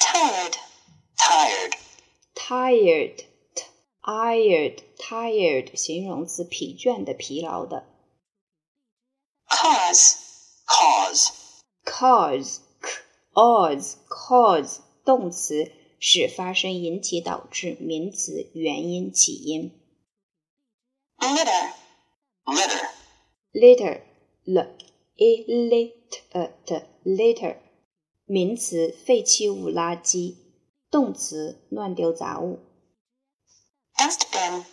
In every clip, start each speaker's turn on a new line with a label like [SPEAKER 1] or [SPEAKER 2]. [SPEAKER 1] Tired. Tired.
[SPEAKER 2] tired t- tired tired 形容词，疲倦的、疲劳的。
[SPEAKER 1] Cause. Cause.
[SPEAKER 2] cause c cause cause 动词，使发生、引起、导致；名词，原因、起因。
[SPEAKER 1] Litter. Litter.
[SPEAKER 2] litter l i l i t e, t litter 名词，废弃物、垃圾；动词，乱丢杂物。
[SPEAKER 1] Dustbin.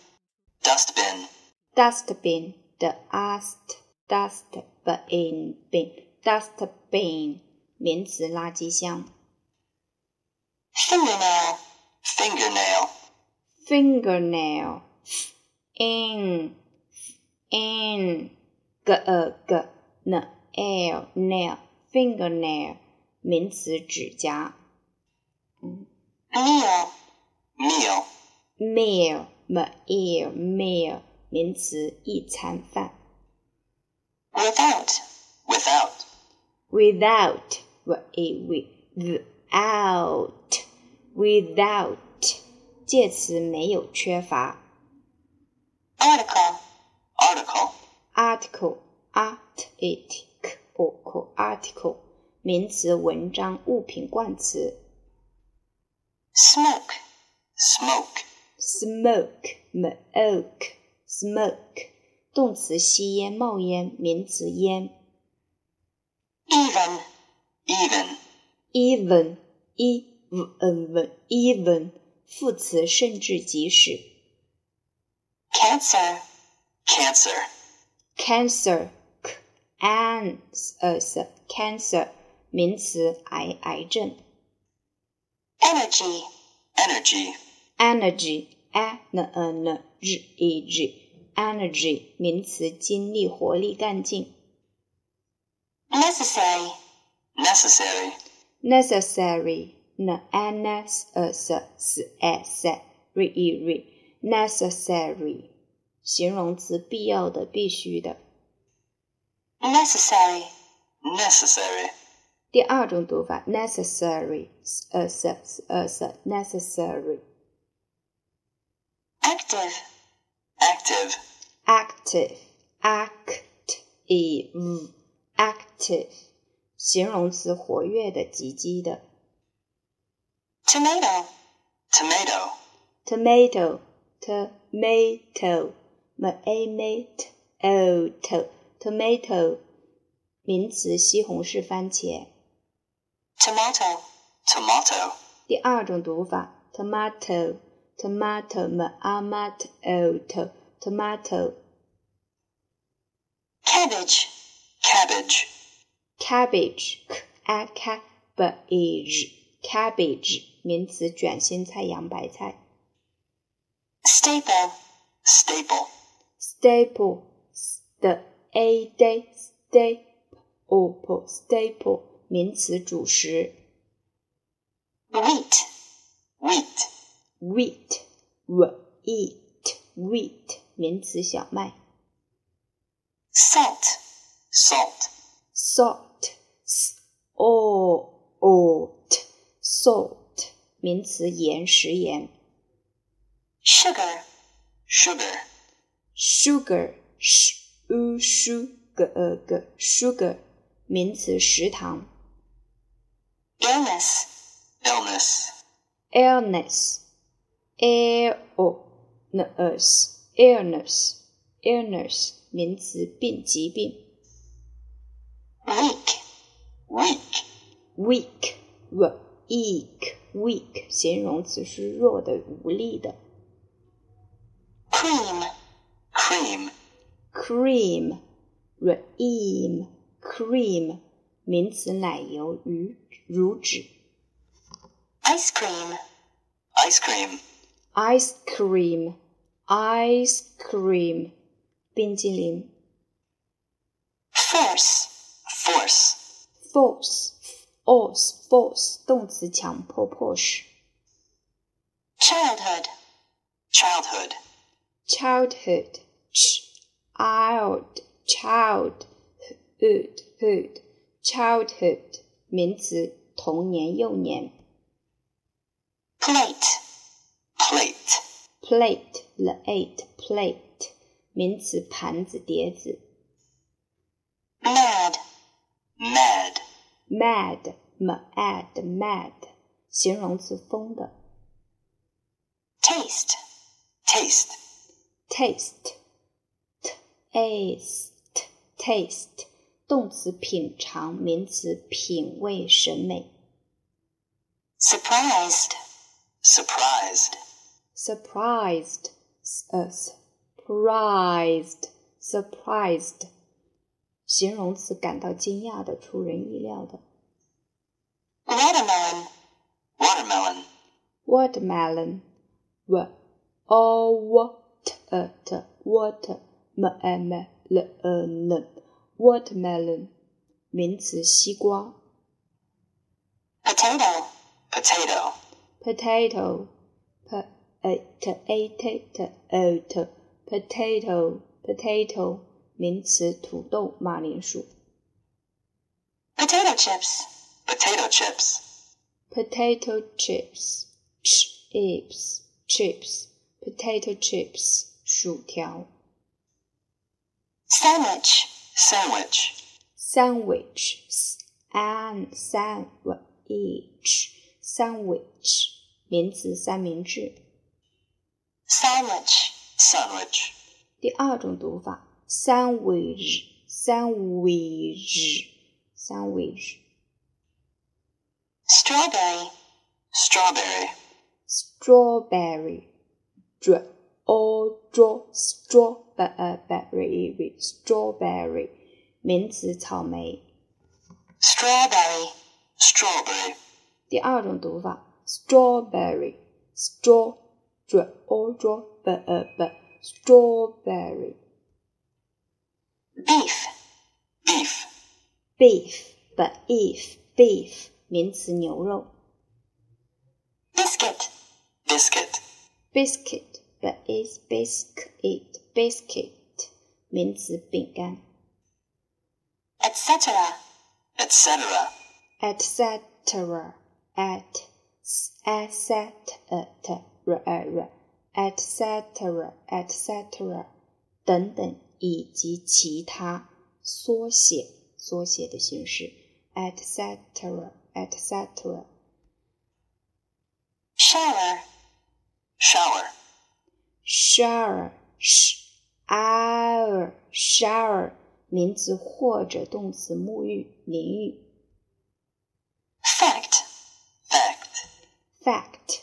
[SPEAKER 1] Dustbin.
[SPEAKER 2] dustbin 的 dust dustbin bin dustbin 名词，垃圾箱。
[SPEAKER 1] Fingernail. Fingernail.
[SPEAKER 2] fingernail in in g e g n l nail fingernail 名词，指甲。
[SPEAKER 1] Meal. Meal.
[SPEAKER 2] meal meal meal 名词，一餐饭。
[SPEAKER 1] Without. Without.
[SPEAKER 2] without w i without without 介词没有缺乏。
[SPEAKER 1] Article. Article.
[SPEAKER 2] article article article 名词文章物品冠词。
[SPEAKER 1] Smoke. Smoke.
[SPEAKER 2] smoke smoke smoke 动词吸烟冒烟名词烟。
[SPEAKER 1] Even. Even.
[SPEAKER 2] even even even 副词甚至即使。
[SPEAKER 1] Cancer. Cancer.
[SPEAKER 2] cancer cancer cancer 名词癌癌症。
[SPEAKER 1] Energy. Energy.
[SPEAKER 2] energy e n n g e g energy 名词精力活力干劲。
[SPEAKER 1] Necessary. Necessary.
[SPEAKER 2] necessary n n s 呃 s s s r e r necessary 形容词必要的必须的。
[SPEAKER 1] Necessary. Necessary.
[SPEAKER 2] 第二种读法 necessary s s s s necessary
[SPEAKER 1] Active. Active.
[SPEAKER 2] active active active 形容词活跃的积极的。
[SPEAKER 1] Tomato. Tomato.
[SPEAKER 2] tomato tomato m a m a t o t tomato 名词西红柿番茄。
[SPEAKER 1] Tomato. Tomato.
[SPEAKER 2] 第二种读法 tomato tomato m a m a t o t tomato
[SPEAKER 1] Cabbage. Cabbage.
[SPEAKER 2] cabbage c a c b a g e cabbage 名词卷心菜洋白菜。
[SPEAKER 1] Staple. Staple.
[SPEAKER 2] staple st a d staple staple 名词主食。
[SPEAKER 1] Wheat. Wheat.
[SPEAKER 2] wheat wheat wheat 名词小麦。
[SPEAKER 1] Salt. Salt.
[SPEAKER 2] salt salt salt 名词盐食盐。
[SPEAKER 1] Sugar. Sugar.
[SPEAKER 2] sugar su sugar 呃 sugar 名词食糖。
[SPEAKER 1] Illness. Illness.
[SPEAKER 2] illness illness illness illness 呃名词病疾病。
[SPEAKER 1] Weak. Weak.
[SPEAKER 2] weak weak weak 形容词是弱的、无力的。
[SPEAKER 1] Cream. Cream.
[SPEAKER 2] cream cream cream 名词奶油、乳乳脂。
[SPEAKER 1] Ice cream. Ice cream.
[SPEAKER 2] ice cream ice cream 冰激凌。
[SPEAKER 1] Force. Force.
[SPEAKER 2] force force force 动词强迫、迫使。
[SPEAKER 1] Childhood. Childhood.
[SPEAKER 2] childhood child childhood hood childhood 名词童年、幼年。
[SPEAKER 1] plate, plate,
[SPEAKER 2] plate the eight plate 名词盘子碟子
[SPEAKER 1] mad, mad,
[SPEAKER 2] mad mad mad 形容词疯的
[SPEAKER 1] taste, taste,
[SPEAKER 2] taste taste taste 动词品尝，名词品味审美
[SPEAKER 1] surprised, surprised,
[SPEAKER 2] surprised uh, surprised surprised 形容词感到惊讶的，出人意料的
[SPEAKER 1] watermelon, watermelon,
[SPEAKER 2] watermelon w o w t e t water m m l e n watermelon 名词西瓜
[SPEAKER 1] potato, potato,
[SPEAKER 2] potato eh, p a t a t t o t oh, potato potato 名词土豆马铃薯
[SPEAKER 1] potato chips, potato chips,
[SPEAKER 2] potato chips chips chips potato chips 薯条
[SPEAKER 1] sandwich, sandwich,
[SPEAKER 2] sandwich and sandwich sandwich 名词三明治
[SPEAKER 1] sandwich, sandwich,
[SPEAKER 2] 第二种读法 sandwich sandwich sandwich
[SPEAKER 1] strawberry, strawberry,
[SPEAKER 2] strawberry dr o dr strawberry strawberry 名词草莓
[SPEAKER 1] strawberry, strawberry,
[SPEAKER 2] 第二种读法，strawberry straw dr o dr b e b strawberry
[SPEAKER 1] beef, beef,
[SPEAKER 2] beef b if beef 名词牛肉
[SPEAKER 1] biscuit, biscuit,
[SPEAKER 2] biscuit b is biscuit biscuit 名词饼干
[SPEAKER 1] etc., etc.,
[SPEAKER 2] etc at etc etc etc 等等以及其他缩写缩写的形式 etc etc
[SPEAKER 1] shower, shower,
[SPEAKER 2] shower shower shower 名词或者动词沐浴淋浴
[SPEAKER 1] fact, fact,
[SPEAKER 2] fact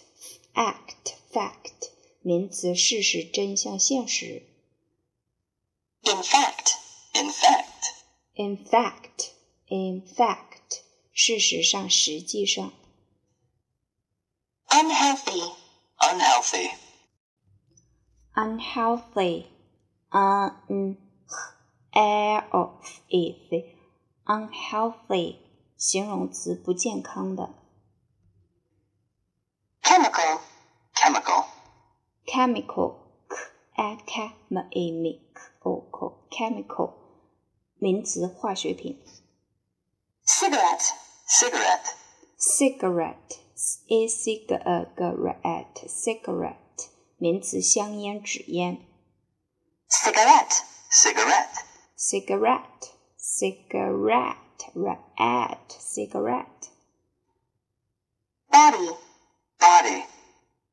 [SPEAKER 2] act fact 名词事实真相现实
[SPEAKER 1] in fact, in fact,
[SPEAKER 2] In fact, in fact，事实上，实际上
[SPEAKER 1] unhealthy, unhealthy,
[SPEAKER 2] ，unhealthy, unhealthy, unhealthy，形容词，不健康的。
[SPEAKER 1] chemical, chemical,
[SPEAKER 2] chemical, c h e m i c a l, chemical，名词，化学品。
[SPEAKER 1] cigarette, cigarette,
[SPEAKER 2] cigarette, a cigarette, cigarette，名词，香烟，纸烟。
[SPEAKER 1] cigarette, cigarette.
[SPEAKER 2] cigarette, cigarette, rat, cigarette,
[SPEAKER 1] body, body,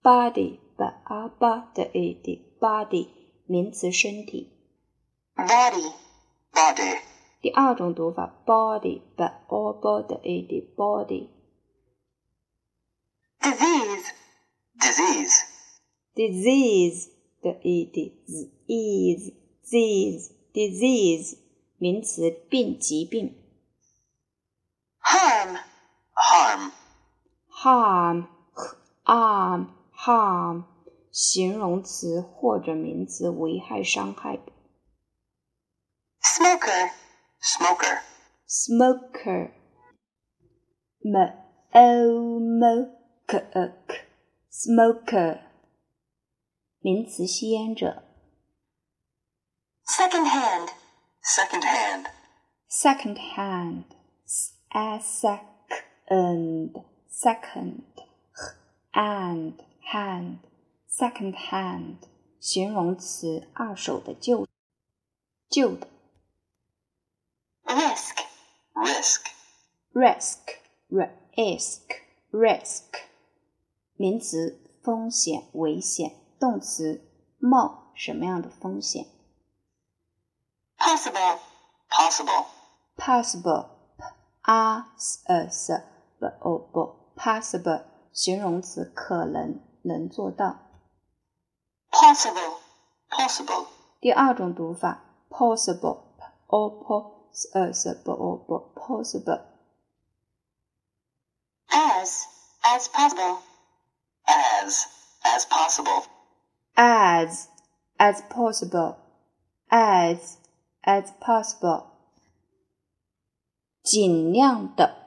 [SPEAKER 2] body, b a b d e d, body 名词身体。
[SPEAKER 1] body, body,
[SPEAKER 2] 第二种读法 body b o b d e d body
[SPEAKER 1] disease, disease,
[SPEAKER 2] disease d e d z e s disease disease 名词病疾病。
[SPEAKER 1] harm, harm,
[SPEAKER 2] harm harm harm 形容词或者名词危害伤害。
[SPEAKER 1] smoker, smoker,
[SPEAKER 2] smoker m o m k e k smoker 名词吸烟者
[SPEAKER 1] second hand, second hand,
[SPEAKER 2] second hand s a second second h and hand second hand 形容词，二手的、旧旧的。
[SPEAKER 1] risk, risk,
[SPEAKER 2] risk risk risk 名词，风险、危险；动词，冒什么样的风险
[SPEAKER 1] possible, possible,
[SPEAKER 2] possible p a s s b o b possible 形容词，可能，能做到。
[SPEAKER 1] possible, possible,
[SPEAKER 2] 第二种读法，possible p o p s b o b possible
[SPEAKER 1] as, as possible, as, as possible,
[SPEAKER 2] as as possible as as possible，尽量的